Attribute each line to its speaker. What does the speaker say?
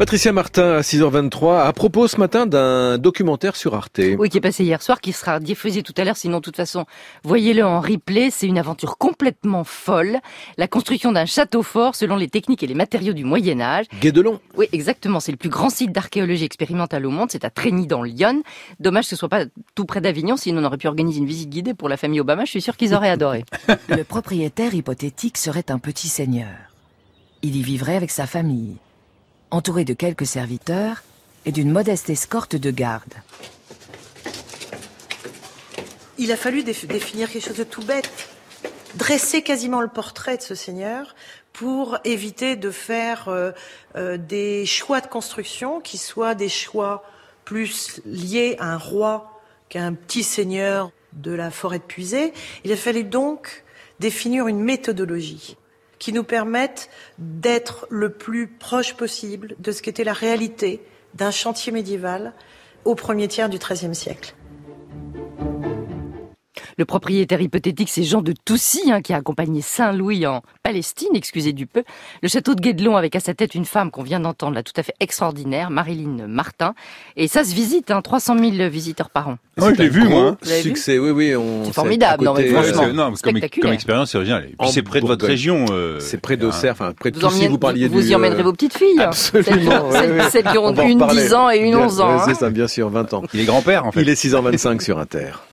Speaker 1: Patricia Martin à 6h23 à propos ce matin d'un documentaire sur Arte.
Speaker 2: Oui, qui est passé hier soir, qui sera diffusé tout à l'heure, sinon de toute façon, voyez-le en replay, c'est une aventure complètement folle. La construction d'un château fort selon les techniques et les matériaux du Moyen Âge.
Speaker 1: Guédelon.
Speaker 2: Oui, exactement, c'est le plus grand site d'archéologie expérimentale au monde, c'est à Trény dans Lyon. Dommage que ce soit pas tout près d'Avignon, sinon on aurait pu organiser une visite guidée pour la famille Obama, je suis sûr qu'ils auraient adoré.
Speaker 3: Le propriétaire hypothétique serait un petit seigneur. Il y vivrait avec sa famille entouré de quelques serviteurs et d'une modeste escorte de gardes.
Speaker 4: Il a fallu déf- définir quelque chose de tout bête, dresser quasiment le portrait de ce seigneur pour éviter de faire euh, euh, des choix de construction qui soient des choix plus liés à un roi qu'à un petit seigneur de la forêt de Puisée. Il a fallu donc définir une méthodologie qui nous permettent d'être le plus proche possible de ce qu'était la réalité d'un chantier médiéval au premier tiers du XIIIe siècle.
Speaker 2: Le propriétaire hypothétique, c'est Jean de Toussy, hein, qui a accompagné Saint-Louis en Palestine, excusez du peu. Le château de Guédelon, avec à sa tête une femme qu'on vient d'entendre, là, tout à fait extraordinaire, Marilyn Martin. Et ça se visite, hein, 300 000 visiteurs par an.
Speaker 5: Moi,
Speaker 1: C'est
Speaker 5: je l'ai
Speaker 1: un
Speaker 5: vu,
Speaker 1: gros
Speaker 5: moi, hein.
Speaker 2: Vous l'avez vu
Speaker 1: Succès, oui, oui. on-
Speaker 2: C'est formidable,
Speaker 1: à côté,
Speaker 2: non, mais
Speaker 1: euh,
Speaker 5: Ouais,
Speaker 2: franchement.
Speaker 5: c'est- non, mais comme,
Speaker 2: spectaculaire.
Speaker 5: comme expérience, c'est original. Et puis
Speaker 1: En
Speaker 5: c'est près de votre
Speaker 1: Bourgogne.
Speaker 5: région. euh,
Speaker 1: c'est près d'Auxerre, enfin près de
Speaker 2: Vous, emmène-
Speaker 1: Toussy, vous parliez
Speaker 2: vous
Speaker 1: du,
Speaker 2: y emmènerez
Speaker 1: euh,
Speaker 2: vos petites filles. hein. Celles qui
Speaker 1: Absolument.
Speaker 2: ont-
Speaker 1: oui, oui.
Speaker 2: celles- celles qui
Speaker 1: On
Speaker 2: ont
Speaker 1: va en
Speaker 2: une
Speaker 1: reparler.
Speaker 2: 10 ans et une
Speaker 1: Bien-
Speaker 2: 11 ans.
Speaker 1: ouais,
Speaker 2: hein.
Speaker 1: C'est ça, bien sûr, 20 ans.
Speaker 5: Il est grand-père, en fait.
Speaker 1: Il est 6h25 sur Inter.